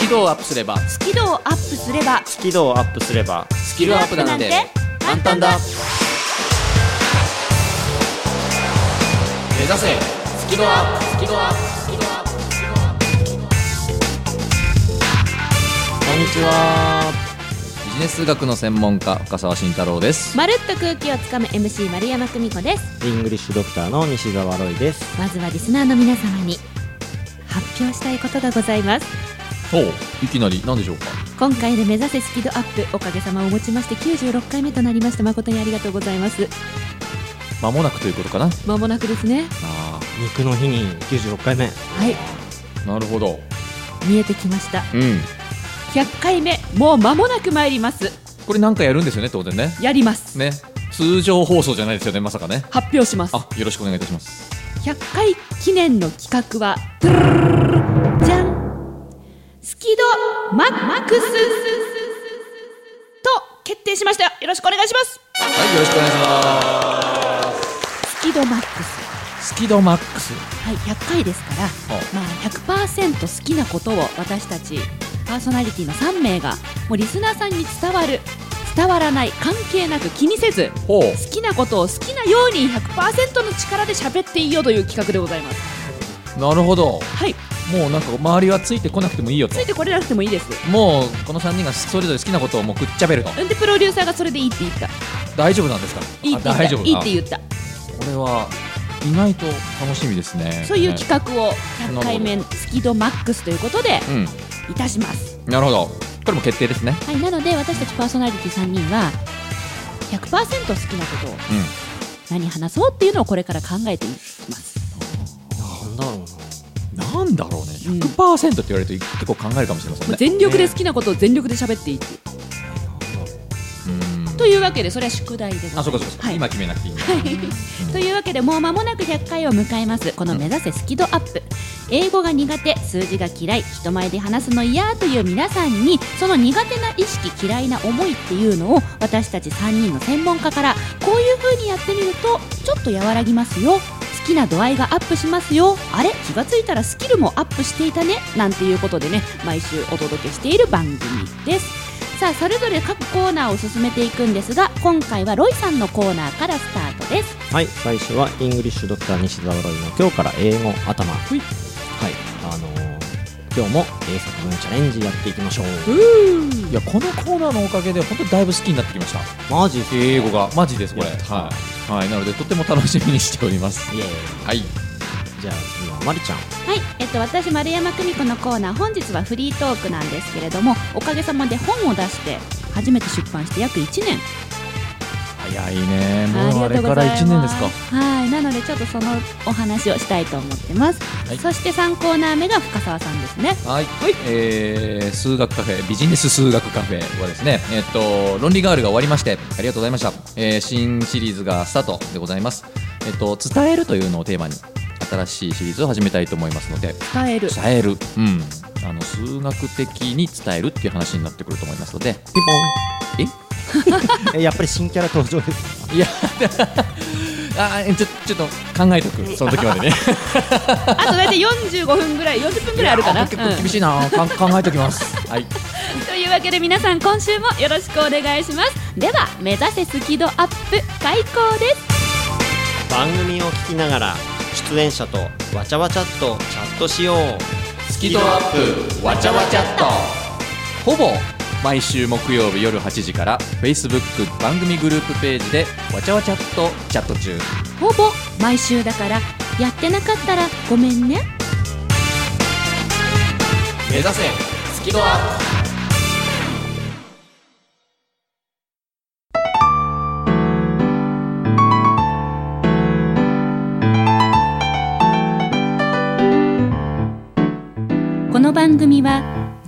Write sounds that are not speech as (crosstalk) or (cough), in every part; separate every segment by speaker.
Speaker 1: キ度をアップすれば
Speaker 2: スキルをアップすれば
Speaker 3: スキルをアップすれば
Speaker 1: スキルアップなんて簡単だ目指せスキルアップスキルアップスキルアップ
Speaker 3: こんにちは
Speaker 1: ビジネス数学の専門家深澤慎太郎です
Speaker 2: まるっと空気をつかむ MC 丸山久美子です
Speaker 3: イングリッシュドクターの西澤ロイです
Speaker 2: まずはリスナーの皆様に発表したいことがございます
Speaker 1: おいきなり何でしょうか
Speaker 2: 今回で目指せスキドアップおかげさまをもちまして96回目となりました誠にありがとうございます
Speaker 1: 間もなくということかな
Speaker 2: まもなくですね
Speaker 1: あ
Speaker 3: 肉の日に96回目
Speaker 2: はい
Speaker 1: ーなるほど
Speaker 2: 見えてきました
Speaker 1: うん
Speaker 2: 100回目もう間もなく参ります
Speaker 1: これなんかやるんですよね当然ね
Speaker 2: やります
Speaker 1: ね通常放送じゃないですよねまさかね
Speaker 2: 発表します
Speaker 1: あよろしくお願いいたします
Speaker 2: 100回記念の企画はじゃんスキドマックスと決定しましたよろしくお願いします
Speaker 1: はいよろしくお願いし
Speaker 2: スキドマックス
Speaker 1: ますスキドマックス
Speaker 2: はい100回ですから
Speaker 1: あ
Speaker 2: まあ100%好きなことを私たちパーソナリティの3名がもうリスナーさんに伝わる伝わらない関係なく気にせず
Speaker 1: ほう
Speaker 2: 好きなことを好きなように100%の力で喋っていいよという企画でございます
Speaker 1: なるほど
Speaker 2: はい
Speaker 1: もうなんか周りはついてこなくてもいいよと
Speaker 2: ついてこれなくてもいいです
Speaker 1: もうこの3人がそれぞれ好きなことをもうくっちゃべると
Speaker 2: うんでプロデューサーがそれでいいって言った
Speaker 1: 大丈夫なんですか
Speaker 2: いいって
Speaker 1: あ
Speaker 2: 言った
Speaker 1: 大丈夫
Speaker 2: いいって言った
Speaker 1: これは意外と楽しみですね
Speaker 2: そういう企画を100回
Speaker 1: な
Speaker 2: 目
Speaker 1: る
Speaker 2: スキドマックスということで
Speaker 1: うん
Speaker 2: いたします
Speaker 1: なるほどこれも決定ですね
Speaker 2: はいなので私たちパーソナリティ3人は100%好きなことを
Speaker 1: う
Speaker 2: 何話そうっていうのをこれから考えていきます
Speaker 3: なんだろうなん
Speaker 1: なんだろうね
Speaker 2: うん
Speaker 1: 100%って言われると結構考えるかもしれません
Speaker 2: もう
Speaker 1: ね
Speaker 2: 全力で好きなことを全力で喋っていく
Speaker 1: うん
Speaker 2: というわけでそれは宿題でございます
Speaker 1: あそうかそうか
Speaker 2: はい
Speaker 1: 今決めなくていいんだ
Speaker 2: はいというわけでもう間もなく100回を迎えますこの目指せスキドアップ、英語が苦手数字が嫌い人前で話すの嫌という皆さんにその苦手な意識嫌いな思いっていうのを私たち3人の専門家からこういう風にやってみるとちょっと和らぎますよ好きな度合いがアップしますよあれ気がついたらスキルもアップしていたねなんていうことでね毎週お届けしている番組ですさあそれぞれ各コーナーを進めていくんですが今回はロイさんのコーナーからスタートです
Speaker 3: はい最初はイングリッシュドクター西澤ロイの今日から英語頭はいあのー今日も英作文チャレンジやっていきましょう
Speaker 1: いやこのコーナーのおかげで本当にだいぶ好きになってきました
Speaker 3: マジっすか
Speaker 1: 英語がマジですこれ
Speaker 3: やった
Speaker 1: はい、はい、なのでとても楽しみにしております
Speaker 3: イエーイ
Speaker 1: はい
Speaker 3: じゃあ次はまりちゃん
Speaker 2: はい、えっと、私丸山久美子のコーナー本日はフリートークなんですけれどもおかげさまで本を出して初めて出版して約1年
Speaker 1: 早いねもう
Speaker 2: あ
Speaker 1: あ
Speaker 2: りがと
Speaker 1: れ
Speaker 2: うご
Speaker 1: から
Speaker 2: ざい
Speaker 1: 1
Speaker 2: ます
Speaker 1: 年ですか
Speaker 2: はいなのでちょっとそのお話をしたいと思ってます、
Speaker 1: はい
Speaker 2: そして3コーナー目が深澤さんですね
Speaker 1: はい、えー数学カフェビジネス数学カフェはですね、えっと論理ガールが終わりましてありがとうございました、えー新シリーズがスタートでございます、えっと伝えるというのをテーマに新しいシリーズを始めたいと思いますので
Speaker 2: 伝える
Speaker 1: 伝える、うん、あの数学的に伝えるっていう話になってくると思いますので
Speaker 3: ピポン (laughs) ええやっぱり新キャラ登場です
Speaker 1: いや (laughs) あーちょちょっと考えとくその時まで (laughs) ね
Speaker 2: あと大体45分ぐらい40分ぐらいあるかな
Speaker 1: あー結構厳
Speaker 2: うん
Speaker 1: しいな、か考えときますはい
Speaker 2: というわけで皆さん今週もよろしくお願いしますでは目指せスキドアップ開講です
Speaker 3: 番組を聞きながら出演者とわちゃわちゃっとチャットしよう
Speaker 1: スキドアップわちゃわちゃっとほぼ毎週木曜日夜8時から Facebook 番組グループページでわちゃわちゃっとチャット中
Speaker 2: ほぼ毎週だからやってなかったらごめんね
Speaker 1: 目指せスキドアッ
Speaker 2: この番組は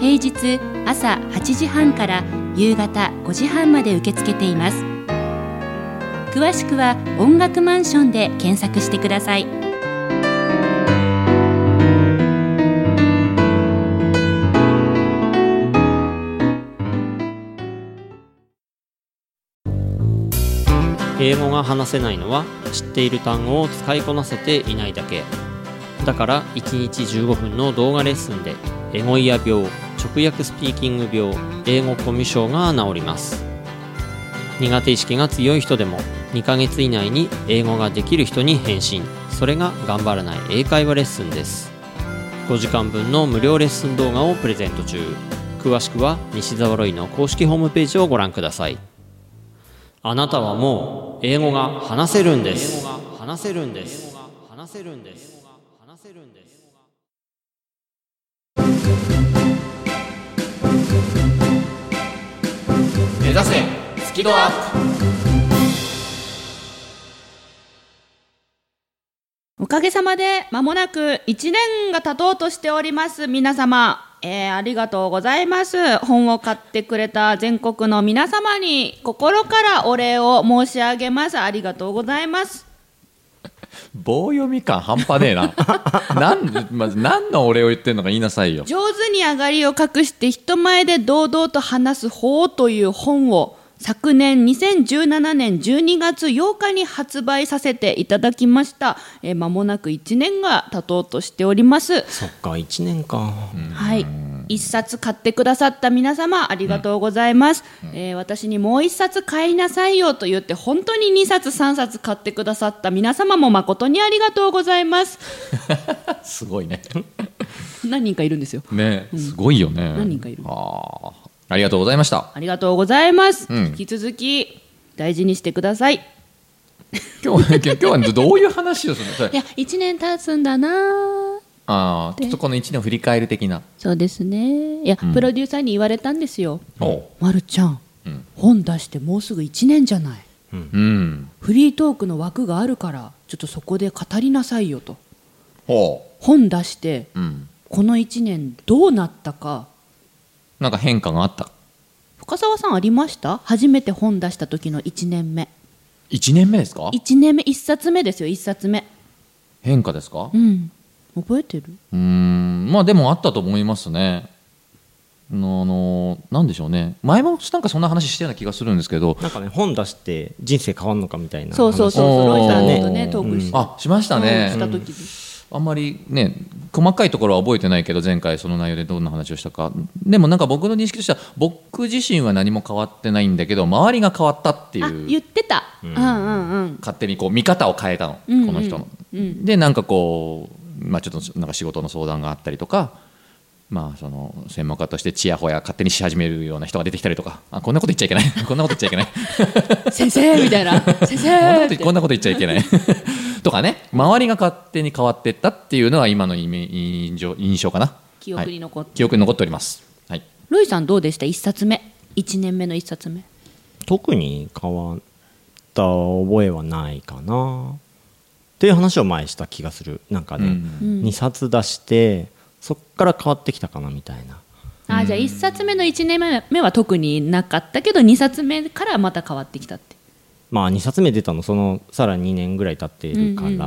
Speaker 4: 平日朝8時半から夕方5時半まで受け付けています詳しくは音楽マンションで検索してください
Speaker 3: 英語が話せないのは知っている単語を使いこなせていないだけだから1日15分の動画レッスンでエゴイヤ病直訳スピーキング病英語コミュ障が治ります苦手意識が強い人でも2ヶ月以内に英語ができる人に返信それが頑張らない英会話レッスンです5時間分の無料レッスン動画をプレゼント中詳しくは西澤ロイの公式ホームページをご覧くださいあなたはもう英語が話せるんです。話せるんです。話せるんです。話せるんです。
Speaker 1: 目指せスキドアップ
Speaker 4: おかげさまで間もなく1年が経とうとしております皆様えーありがとうございます本を買ってくれた全国の皆様に心からお礼を申し上げますありがとうございます
Speaker 1: 棒読み感半端ねえな (laughs) なん、ま、何の俺を言ってんのか言いなさいよ
Speaker 4: 上手に上がりを隠して人前で堂々と話す法という本を昨年2017年12月8日に発売させていただきました。えー間もなく1年が経とうとしております。
Speaker 3: そっか、1年か。
Speaker 4: はい。一冊買ってくださった皆様ありがとうございます、えー私にもう一冊買いなさいよと言って本当に2冊3冊買ってくださった皆様も誠にありがとうございます。 (laughs)
Speaker 1: すごいね
Speaker 4: 何人かいるんですよ。
Speaker 1: ねすごいよね
Speaker 4: 何人かいる
Speaker 1: あーありがとうございました
Speaker 4: ありがとうございます。
Speaker 1: うん
Speaker 4: 引き続き大事にしてください。い
Speaker 1: 今日は今日はどういう話をするのそれ
Speaker 4: や、一年経つんだなぁ
Speaker 1: あーちょっとこの一年を振り返る的な
Speaker 4: そうですね。いや、
Speaker 1: ん
Speaker 4: プロデューサーに言われたんですよ。
Speaker 1: お
Speaker 4: まるちゃん、
Speaker 1: うん
Speaker 4: 本出してもうすぐ一年じゃない。
Speaker 1: うん
Speaker 4: フリートークの枠があるから、ちょっとそこで語りなさいよと。
Speaker 1: ほ
Speaker 4: 本出して、
Speaker 1: ううん
Speaker 4: この一年どうなったか。
Speaker 1: なんか変化があった
Speaker 4: 深澤さんありました初めて本出した時の一年目。
Speaker 1: 一年目ですか
Speaker 4: 一年目、一冊目ですよ、一冊目。
Speaker 1: 変化ですか
Speaker 4: うん。覚えてる
Speaker 1: うーんまあでもあったと思いますねあのなんでしょうね前もなんかそんな話したような気がするんですけど
Speaker 3: なんかね、本出して人生変わんのかみたいな話。
Speaker 4: そうそうそうそう、
Speaker 1: あ
Speaker 4: ロ
Speaker 1: の
Speaker 4: イさん
Speaker 1: ね
Speaker 4: とね、トークして。
Speaker 1: あしましたね
Speaker 4: うんした時に。
Speaker 1: あんまりね細かいところは覚えてないけど前回その内容でどんな話をしたかでもなんか僕の認識としては僕自身は何も変わってないんだけど周りが変わったって
Speaker 4: あ、
Speaker 1: い
Speaker 4: 言
Speaker 1: う
Speaker 4: ってた。うんうんうん。
Speaker 1: 勝手にこう見方を変えたの、
Speaker 4: うんうん
Speaker 1: この人の。
Speaker 4: うん
Speaker 1: でなんかこう、まあ、ちょっとなんか仕事の相談があったりとか。まあ、その専門家としてちやほや勝手にし始めるような人が出てきたりとかあこんなこと言っちゃいけない (laughs) こんなこと言っちゃいけ
Speaker 4: (laughs)
Speaker 1: ない
Speaker 4: 先生みたい (laughs) な。先
Speaker 1: こんな
Speaker 4: 生
Speaker 1: ことこんなこと言っちゃいけない (laughs) とかね周りが勝手に変わっていったっていうのは今のイメ印象印象かな
Speaker 4: 記憶に残って
Speaker 1: はい記憶に残っております、はい、
Speaker 4: ロイさんどうでした一冊目。一年目の一冊目。
Speaker 3: 特に変わった覚えはないかなっていう話を前にした気がするなんかね、
Speaker 1: うん
Speaker 3: 2冊出してそっから変わってきたかなみたいな
Speaker 4: あ、じゃあ一冊目の一年目は特になかったけど、二冊目からまた変わってきたって。
Speaker 3: まあ2冊目出たのそのさらに2年ぐらい経ってるから、
Speaker 4: うんうん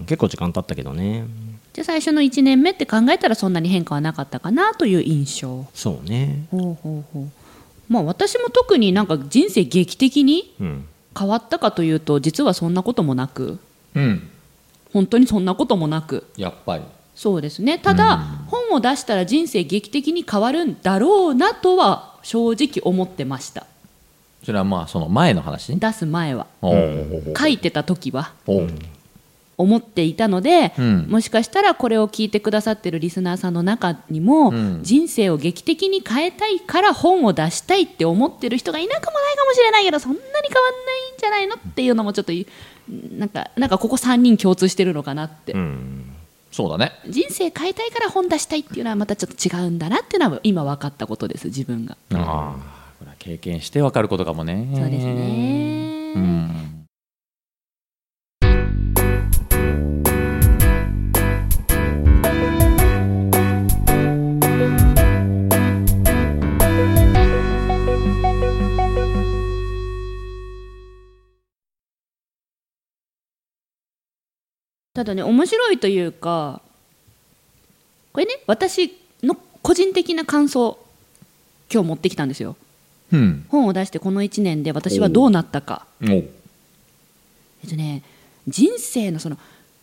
Speaker 4: うん
Speaker 3: 結構時間経ったけどね
Speaker 4: じゃあ最初の一年目って考えたらそんなに変化はなかったかなという印象。
Speaker 3: そうね
Speaker 4: ほうほうほう。まあ私も特になんか人生劇的に
Speaker 3: うん
Speaker 4: 変わったかというと実はそんなこともなく
Speaker 1: うん、
Speaker 4: 本当にそんなこともなく
Speaker 1: やっぱり
Speaker 4: そうですねただ、本を出したら人生劇的に変わるんだろうなとは正直思ってました
Speaker 1: それはまあその前の話ね
Speaker 4: 出す前は
Speaker 1: おう
Speaker 4: 書いてた時は
Speaker 1: おう
Speaker 4: 思っていたので、
Speaker 1: うん
Speaker 4: もしかしたらこれを聞いてくださってるリスナーさんの中にも、
Speaker 1: うん
Speaker 4: 人生を劇的に変えたいから本を出したいって思ってる人がいなくもないかもしれないけどそんなに変わんないんじゃないのっていうのもちょっといなんか (laughs) なんかここ3人共通してるのかなって
Speaker 3: うん
Speaker 1: そうだね
Speaker 4: 人生変えたいから本出したいっていうのはまたちょっと違うんだなっていうのは今分かったことです自分が、
Speaker 1: ああこれは経験してわかることかもね
Speaker 4: そうですね、
Speaker 1: うん
Speaker 4: ただね面白いというかこれね私の個人的な感想今日持ってきたんですよ
Speaker 1: うん
Speaker 4: 本を出してこの1年で私はどうなったか
Speaker 1: お
Speaker 4: えっとね人生のその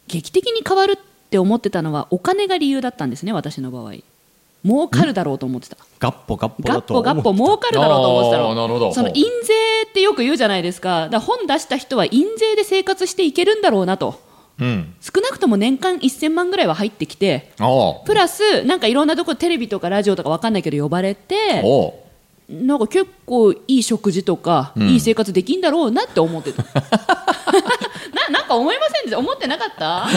Speaker 4: 劇的に変わるって思ってたのはお金が理由だったんですね私の場合儲かるだろうと思ってた
Speaker 5: ガッポガッポ
Speaker 4: ガッ
Speaker 5: だ
Speaker 4: ポ
Speaker 5: と
Speaker 4: ガッ
Speaker 5: 思
Speaker 4: ポ儲かるだろうと思ってた
Speaker 1: あーなるほ
Speaker 4: の
Speaker 1: ど
Speaker 4: その印税ってよく言うじゃないですかだから本出した人は印税で生活していけるんだろうなと
Speaker 1: うん
Speaker 4: 少なくとも年間1000万ぐらいは入ってきて
Speaker 1: ああお
Speaker 4: プラスなんかいろんなとこテレビとかラジオとかわかんないけど呼ばれて
Speaker 1: おう
Speaker 4: なんか結構いい食事とか、
Speaker 1: うん
Speaker 4: いい生活できんだろうなって思っ
Speaker 1: (laughs)
Speaker 4: てたななんか思いませんでした思ってなかった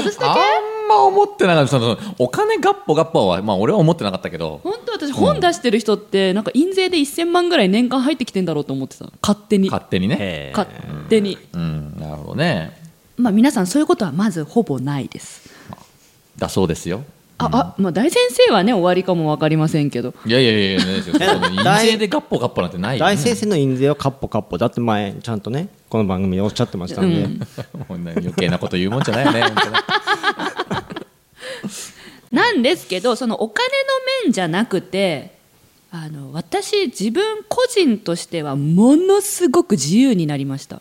Speaker 4: 私だ
Speaker 1: あ
Speaker 4: け
Speaker 1: んま思ってなかったそのお金ガッポガッポはまあ俺は思ってなかったけど
Speaker 4: 本当私本出してる人ってなんか印税で1000万ぐらい年間入ってきてんだろうと思ってた勝手に
Speaker 1: 勝手に
Speaker 5: う
Speaker 1: ね
Speaker 5: へえ
Speaker 4: 勝手に
Speaker 1: うんなるほどね
Speaker 4: まあ皆さんそういうことはまずほぼないです
Speaker 1: だそうですよ
Speaker 4: あ、あ、まあ大先生はね終わりかもわかりませんけど
Speaker 1: いやいやいやいやないですよその印税でガッポガッポなんてないよ
Speaker 5: 大先生の印税はカッポカッポだって前ちゃんとねこの番組でおっしゃってましたんで、
Speaker 4: うん
Speaker 1: もうね余計なこと言うもんじゃないよね本当ね
Speaker 4: なんですけどそのお金の面じゃなくてあの私自分個人としてはものすごく自由になりました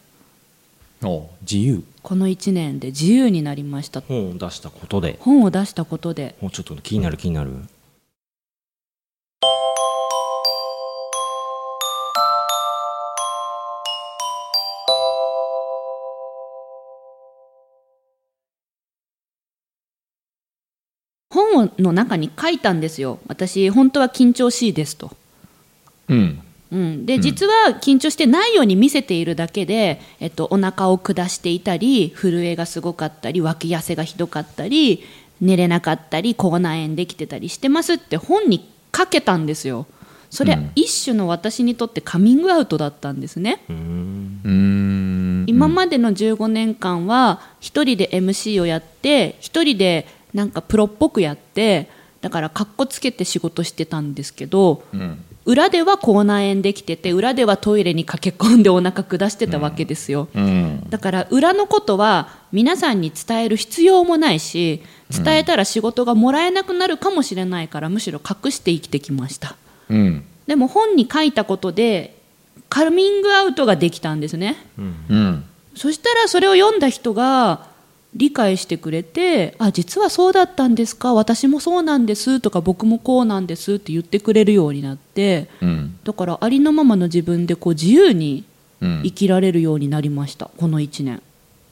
Speaker 1: おう
Speaker 5: (laughs) 自由
Speaker 4: この1年で自由になりました
Speaker 5: 本を出したことで
Speaker 4: 本を出したことで
Speaker 5: もうちょっと気になる気になる
Speaker 4: 本の中に書いたんですよ私本当は緊張しいですと、
Speaker 1: うん
Speaker 4: うん、で実は緊張してないように見せているだけで、えっと、お腹を下していたり震えがすごかったり脇痩せがひどかったり寝れなかったり口内炎できてたりしてますって本に書けたんですよそれ、
Speaker 1: うん
Speaker 4: 一種の私にとってカミングアウトだったんですね、
Speaker 5: うーん
Speaker 1: うーん
Speaker 4: 今までの15年間は一人で MC をやって一人でなんかプロっぽくやってだからかっこつけて仕事してたんですけど
Speaker 1: うん
Speaker 4: 裏では口内炎できてて裏ではトイレに駆け込んでお腹下してたわけですよ、
Speaker 1: うん
Speaker 4: だから裏のことは皆さんに伝える必要もないし伝えたら仕事がもらえなくなるかもしれないからむしろ隠して生きてきました
Speaker 1: うん
Speaker 4: でも本に書いたことでカミングアウトができたんですね
Speaker 1: うん
Speaker 4: そしたらそれを読んだ人が理解してくれてあ実はそうだったんですか私もそうなんですとか僕もこうなんですって言ってくれるようになって
Speaker 1: うん
Speaker 4: だからありのままの自分でこう自由に
Speaker 1: うん
Speaker 4: 生きられるようになりましたこの1年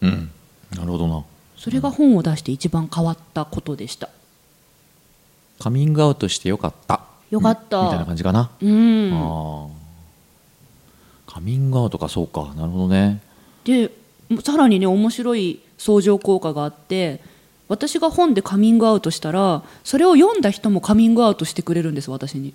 Speaker 1: うんなるほどな
Speaker 4: それが本を出して一番変わったことでした
Speaker 1: カミングアウトしてよかった
Speaker 4: よかった
Speaker 1: みたいな感じかな、
Speaker 4: うん
Speaker 1: ああカミングアウトかそうかなるほどね
Speaker 4: でさらにね面白い相乗効果があって私が本でカミングアウトしたらそれを読んだ人もカミングアウトしてくれるんです私に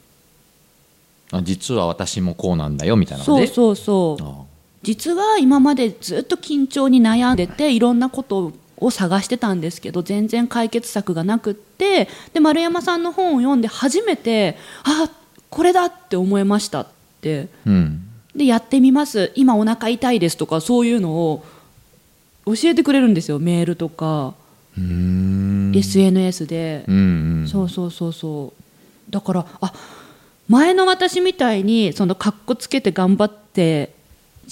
Speaker 1: あ実は私もこうなんだよみたいなの
Speaker 4: そう
Speaker 1: で
Speaker 4: そうそう
Speaker 1: ああ
Speaker 4: 実は今までずっと緊張に悩んでていろんなことを探してたんですけど全然解決策がなくってで丸山さんの本を読んで初めてあこれだって思いましたって
Speaker 1: うん
Speaker 4: でやってみます今お腹痛いですとかそういうのを教えてくれるんですよメールとか、
Speaker 1: うーん
Speaker 4: SNS で
Speaker 1: う、んうん
Speaker 4: そうそうそうそうだからあ前の私みたいにそのかっこつけて頑張って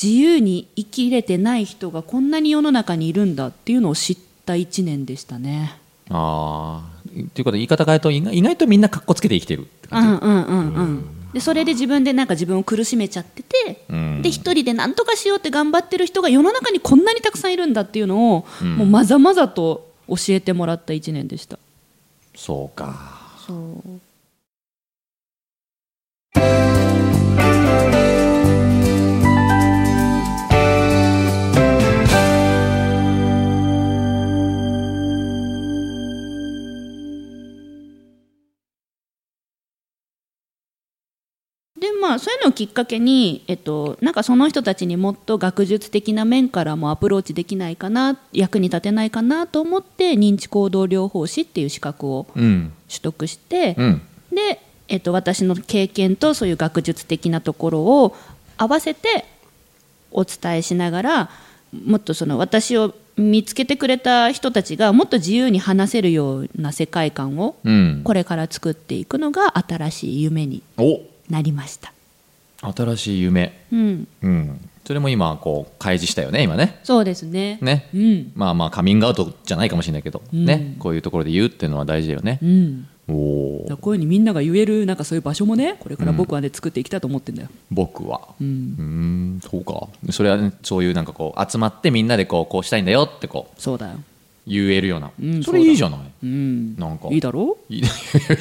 Speaker 4: 自由に生きれてない人がこんなに世の中にいるんだっていうのを知った1年でしたね。
Speaker 1: ああということで言い方変えると意外意外とみんなかっこつけて生きてるって
Speaker 4: う
Speaker 1: 感じ
Speaker 4: んうんうんうんでそれで自分でなんか自分を苦しめちゃってて、
Speaker 1: うん
Speaker 4: で一人で何とかしようって頑張ってる人が世の中にこんなにたくさんいるんだっていうのを、
Speaker 1: うん
Speaker 4: もうまざまざと教えてもらった1年でした。
Speaker 1: そうか
Speaker 4: そうでまあ、そういうのをきっかけに、えっと、なんかその人たちにもっと学術的な面からもアプローチできないかな役に立てないかなと思って認知行動療法士っていう資格を
Speaker 1: うん
Speaker 4: 取得して、
Speaker 1: うん
Speaker 4: で、えっと、私の経験とそういう学術的なところを合わせてお伝えしながらもっとその私を見つけてくれた人たちがもっと自由に話せるような世界観を
Speaker 1: うん
Speaker 4: これから作っていくのが新しい夢に
Speaker 1: お
Speaker 4: なりました。
Speaker 1: 新しい夢
Speaker 4: うん、
Speaker 1: うんそれも今こう開示したよね今ね
Speaker 4: そうですね。
Speaker 1: ね
Speaker 4: うん、
Speaker 1: まあまあカミングアウトじゃないかもしれないけど、
Speaker 4: ん
Speaker 1: ねこういうところで言うっていうのは大事だよね
Speaker 4: う、ん。
Speaker 1: おお
Speaker 4: こういうふうにみんなが言えるなんかそういう場所もねこれから僕はね、作っていきたいと思ってんだよ。
Speaker 1: 僕は
Speaker 4: う、
Speaker 1: うんーんそうかそれは、ね、そういうなんかこう集まってみんなでこうこうしたいんだよってこう
Speaker 4: そうだよ。
Speaker 1: 言えるような、
Speaker 4: うん
Speaker 1: それいいじゃない
Speaker 4: うん。
Speaker 1: なんか
Speaker 4: いいだろ
Speaker 1: いいいやい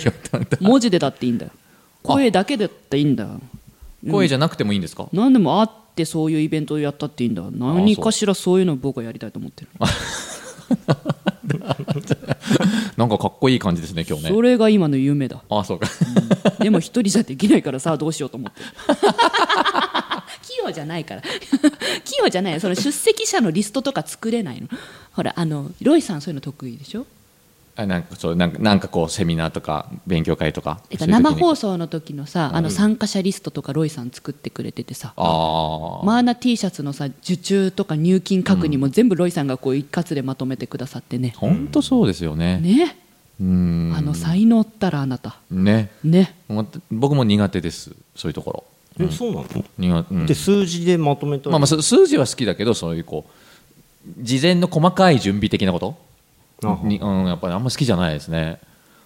Speaker 1: やなんだ
Speaker 4: う。文字でだっていいんだよ。声だけだっていいんだよ。
Speaker 1: 声じゃなくてもいいんですか、
Speaker 4: 何でもあってそういうイベントをやったっていいんだ何かしらそういうのを僕はやりたいと思ってる
Speaker 1: なんかかっこいい感じですね今日
Speaker 4: そ
Speaker 1: ね
Speaker 4: れが今の夢 (laughs) だ
Speaker 1: あそうか
Speaker 4: でも一人じゃできないからさどうしようと思ってる器用じゃないから器用じゃないその出席者のリストとか作れないのほらあのロイさんそういうの得意でしょ
Speaker 1: あなんかそうなんかなんかこうセミナーとか勉強会とか
Speaker 4: てか生
Speaker 1: 送
Speaker 4: 放送の時のさあの参加者リストとかロイさん作ってくれててさ
Speaker 1: ああ、
Speaker 4: マーナ T シャツのさ受注とか入金確認も全部ロイさんがこう一括でまとめてくださってね、
Speaker 1: 本当そうですよね
Speaker 4: ね
Speaker 1: うーん
Speaker 4: あの才能ったらあなた
Speaker 1: ね
Speaker 4: ね
Speaker 1: もう僕も苦手ですそういうところ
Speaker 5: えそうなの、
Speaker 1: 苦手、うん
Speaker 5: で数字でまとめた
Speaker 1: まあまあす数字は好きだけどそういうこう事前の細かい準備的なこと
Speaker 5: あ
Speaker 1: に、うん、やっぱりあんま好きじゃないですね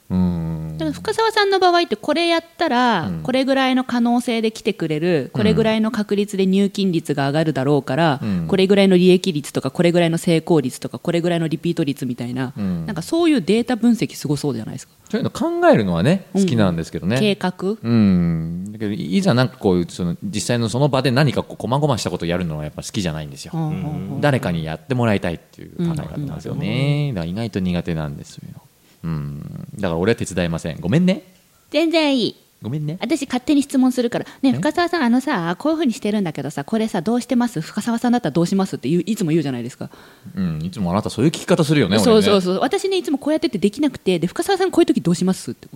Speaker 1: うん
Speaker 4: だから深澤さんの場合ってこれやったら
Speaker 1: ん
Speaker 4: これぐらいの可能性で来てくれるこれぐらいの確率で入金率が上がるだろうから
Speaker 1: うん
Speaker 4: これぐらいの利益率とかこれぐらいの成功率とかこれぐらいのリピート率みたいな
Speaker 1: うん
Speaker 4: なんかそういうデータ分析すごそうじゃないですか
Speaker 1: そういうの考えるのはね好きなんですけどね、
Speaker 4: 計画
Speaker 1: うん、だけどいざなんかこういうその実際のその場で何かこう細々したことをやるのはやっぱ好きじゃないんですよ、
Speaker 4: ほうほうほう
Speaker 1: 誰かにやってもらいたいっていう考え方なんですよね、だから意外と苦手なんですようんだから俺は手伝いませんごめんね
Speaker 4: 全然いい
Speaker 1: ごめんね
Speaker 4: 私勝手に質問するからね
Speaker 1: え
Speaker 4: 深澤さんあのさこういうふうにしてるんだけどさこれさどうしてます深澤さんだったらどうしますって言ういつも言うじゃないですか
Speaker 1: うんいつもあなたそういう聞き方するよね
Speaker 4: そう
Speaker 1: 俺
Speaker 4: そう
Speaker 1: ね
Speaker 4: そう私ねいつもこうやっててできなくてで深澤さんこういう時どうしますって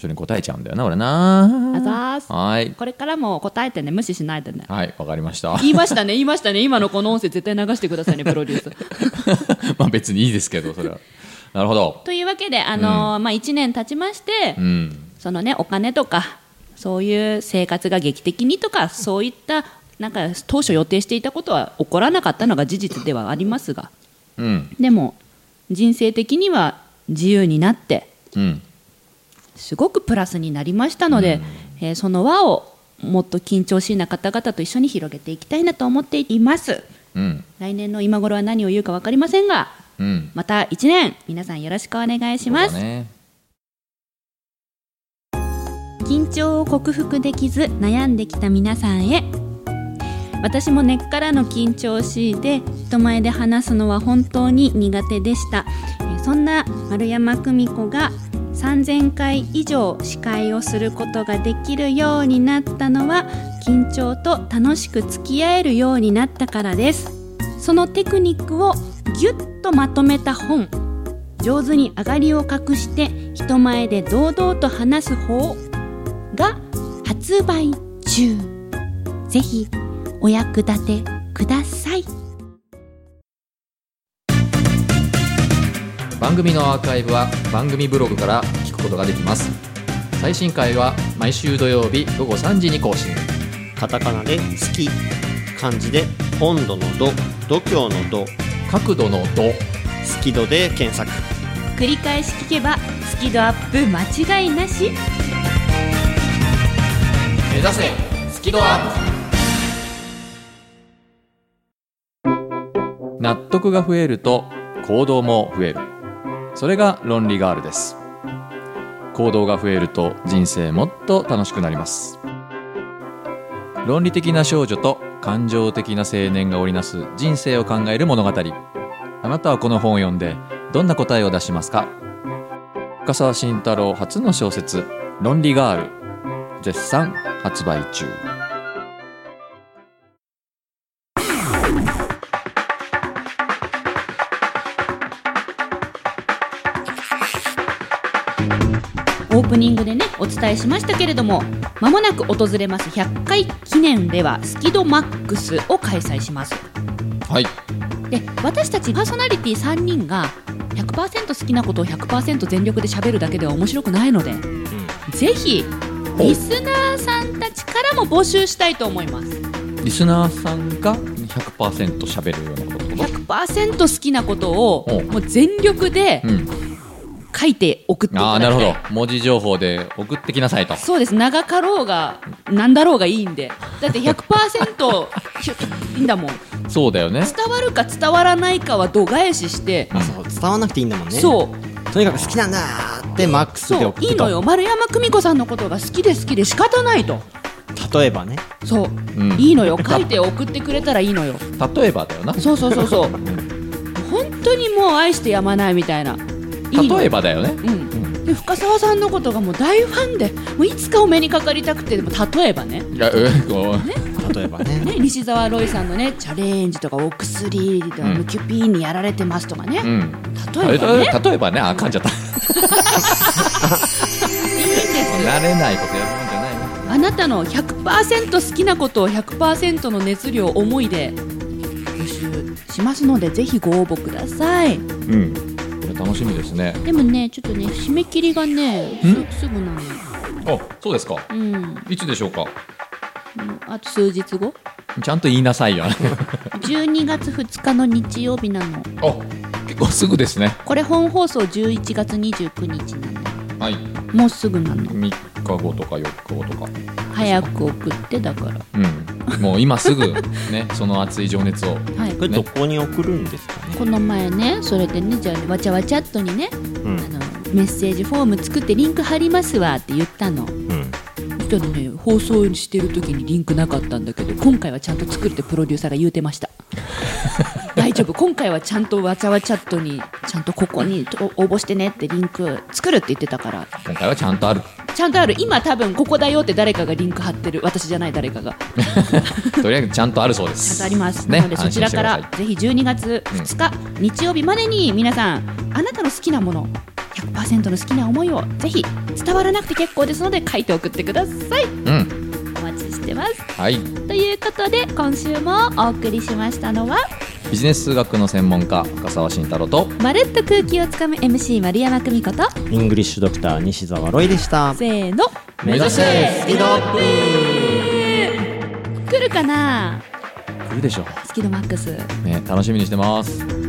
Speaker 1: それに答えちゃうんだよな俺な
Speaker 4: あざーす
Speaker 1: はい
Speaker 4: これからも答えてね無視しないでね
Speaker 1: はいわかりました (laughs)
Speaker 4: 言いましたね言いましたね今のこの音声絶対流してくださいねプロデュー
Speaker 1: (laughs)
Speaker 4: ス
Speaker 1: まあ別にいいですけどそれはなるほど
Speaker 4: というわけであのー、まあ、1年経ちまして、
Speaker 1: うん
Speaker 4: そのねお金とかそういう生活が劇的にとかそういったなんか当初予定していたことは起こらなかったのが事実ではありますが
Speaker 1: うん
Speaker 4: でも人生的には自由になって
Speaker 1: うん
Speaker 4: すごくプラスになりましたので、えーその輪をもっと緊張しいな方々と一緒に広げていきたいなと思っています
Speaker 1: うん
Speaker 4: 来年の今頃は何を言うか分かりませんが
Speaker 1: うん
Speaker 4: また1年皆さんよろしくお願いします、
Speaker 1: そうだね
Speaker 4: 緊張を克服できず悩んできた皆さんへ私も根っからの緊張を強いて人前で話すのは本当に苦手でしたえーそんな丸山久美子が3000回以上司会をすることができるようになったのは緊張と楽しく付き合えるようになったからですそのテクニックをぎゅっとまとめた本上手に上がりを隠して人前で堂々と話す方が発売中ぜひお役立てください
Speaker 1: 番組のアーカイブは番組ブログから聞くことができます最新回は毎週土曜日午後3時に更新
Speaker 3: カタカナで「好き」漢字で「温度の度」「度胸の度」
Speaker 1: 角度の度
Speaker 3: 「好き度」で検索
Speaker 4: 繰り返し聞けばスキドアップ間違いなし
Speaker 1: 目指せスキドアップ納得が増えると行動も増えるそれが論理ガールです行動が増えると人生もっと楽しくなります論理的な少女と感情的な青年が織りなす人生を考える物語あなたはこの本を読んでどんな答えを出しますか深澤慎太郎初の小説「論理ガール」絶賛発売中
Speaker 4: オープニングでねお伝えしましたけれどもまもなく訪れます100回記念ではスキドマックスを開催します
Speaker 1: はい
Speaker 4: で私たちパーソナリティ3人が100%好きなことを100%全力で喋るだけでは面白くないので、ぜひリスナーさんたちからも募集したいと思います
Speaker 1: リスナーさんが100%喋るようなことってこ
Speaker 4: 100%好きなことを
Speaker 1: お
Speaker 4: もう全力で
Speaker 1: と、うん、
Speaker 4: 書いて送っていただ
Speaker 1: ああ
Speaker 4: き
Speaker 1: な
Speaker 4: たい
Speaker 1: るほど (laughs) 文字情報で送ってきなさいと
Speaker 4: そうです長かろうがなんだろうがいいんでだって100%いいんだもん
Speaker 1: そうだよね
Speaker 4: 伝わるか伝わらないかは度外視して、
Speaker 1: うん
Speaker 5: そう伝わなくていいんだもんね
Speaker 4: そう
Speaker 5: とにかく好きなんだーってマックスで
Speaker 4: そう
Speaker 5: 送ると
Speaker 4: いいのよ丸山久美子さんのことが好きで好きで仕方ないと
Speaker 5: 例えばね
Speaker 4: そう、
Speaker 1: うん
Speaker 4: いいのよ書いて送ってくれたらいいのよ
Speaker 1: 例えばだよな
Speaker 4: そうそうそうそう本当にもう愛してやまないみたいないいの
Speaker 1: 例えばだよね
Speaker 4: うん、で深澤さんのことがもう大ファンでもういつかお目にかかりたくてでも例えばね
Speaker 1: いやうん (laughs) こう
Speaker 5: 例えばね
Speaker 4: ね西澤ロイさんのねチャレンジとかお薬と
Speaker 1: う
Speaker 4: か、
Speaker 1: ん
Speaker 4: キュピーにやられてますとかね、
Speaker 1: うん
Speaker 4: 例えばね
Speaker 1: 例えばねあ噛んじゃった (laughs)
Speaker 4: いいんです
Speaker 1: 慣れないことやるもんじゃないな
Speaker 4: あなたの100%好きなことを100%の熱量思いで募集しますのでぜひご応募ください
Speaker 1: うんこれ楽しみですね
Speaker 4: でもねちょっとね締め切りがね
Speaker 1: ん
Speaker 4: すすぐなの
Speaker 1: あそうですか
Speaker 4: うんうん
Speaker 1: いつでしょうか
Speaker 4: あと数日 (laughs) 後
Speaker 1: ちゃんと言いなさいよあ
Speaker 4: 12月2日の日曜日なの
Speaker 1: (laughs) 結構すぐですね
Speaker 4: これ本放送11月29日なの
Speaker 1: はい
Speaker 4: もうすぐなの
Speaker 1: 3日後とか4日後とか
Speaker 4: 早く送ってだから
Speaker 1: うんもう今すぐ
Speaker 4: (laughs)
Speaker 1: ねその熱い情熱を
Speaker 4: はい
Speaker 5: これどこに送るんですかね
Speaker 4: この前ねそれでねじゃあわちゃわちゃっとにね
Speaker 5: うん
Speaker 4: あのメッセージフォーム作ってリンク貼りますわって言ったの
Speaker 5: うん
Speaker 4: そしたらね放送してる時にリンクなかったんだけど今回はちゃんと作るってプロデューサーが言うてました (laughs) 大丈夫今回はちゃんとわちゃわちゃっとにちゃんとここにと応募してねってリンク作るって言ってたから
Speaker 1: 今回はちゃんとある
Speaker 4: ちゃんとある今多分ここだよって誰かがリンク貼ってる私じゃない誰かが
Speaker 1: とりあえずちゃんとあるそうで
Speaker 4: ちゃん
Speaker 1: す
Speaker 4: とあります、
Speaker 1: ね
Speaker 4: なのでそちらか
Speaker 1: 安
Speaker 4: ら
Speaker 1: 心してく
Speaker 4: ぜひ12月2日、日曜日までに皆さんあなたの好きなもの100%の好きな思いをぜひ伝わらなくて結構ですので書いて送ってくださ
Speaker 1: だ
Speaker 4: い
Speaker 1: さいうん
Speaker 4: お待ちしてます
Speaker 1: はい
Speaker 4: ということで今週もお送りしましたのは
Speaker 1: ビジネス数学の専門家深澤慎太郎と
Speaker 4: まるっと空気をつかむ MC 丸山久美子と
Speaker 5: イングリッシュドクター西澤ロイでした
Speaker 4: せーの
Speaker 1: 目指せ
Speaker 5: スピードアップ
Speaker 4: 来るかな
Speaker 1: 来るでしょ
Speaker 4: スキドマックス
Speaker 1: ね楽しみにしてます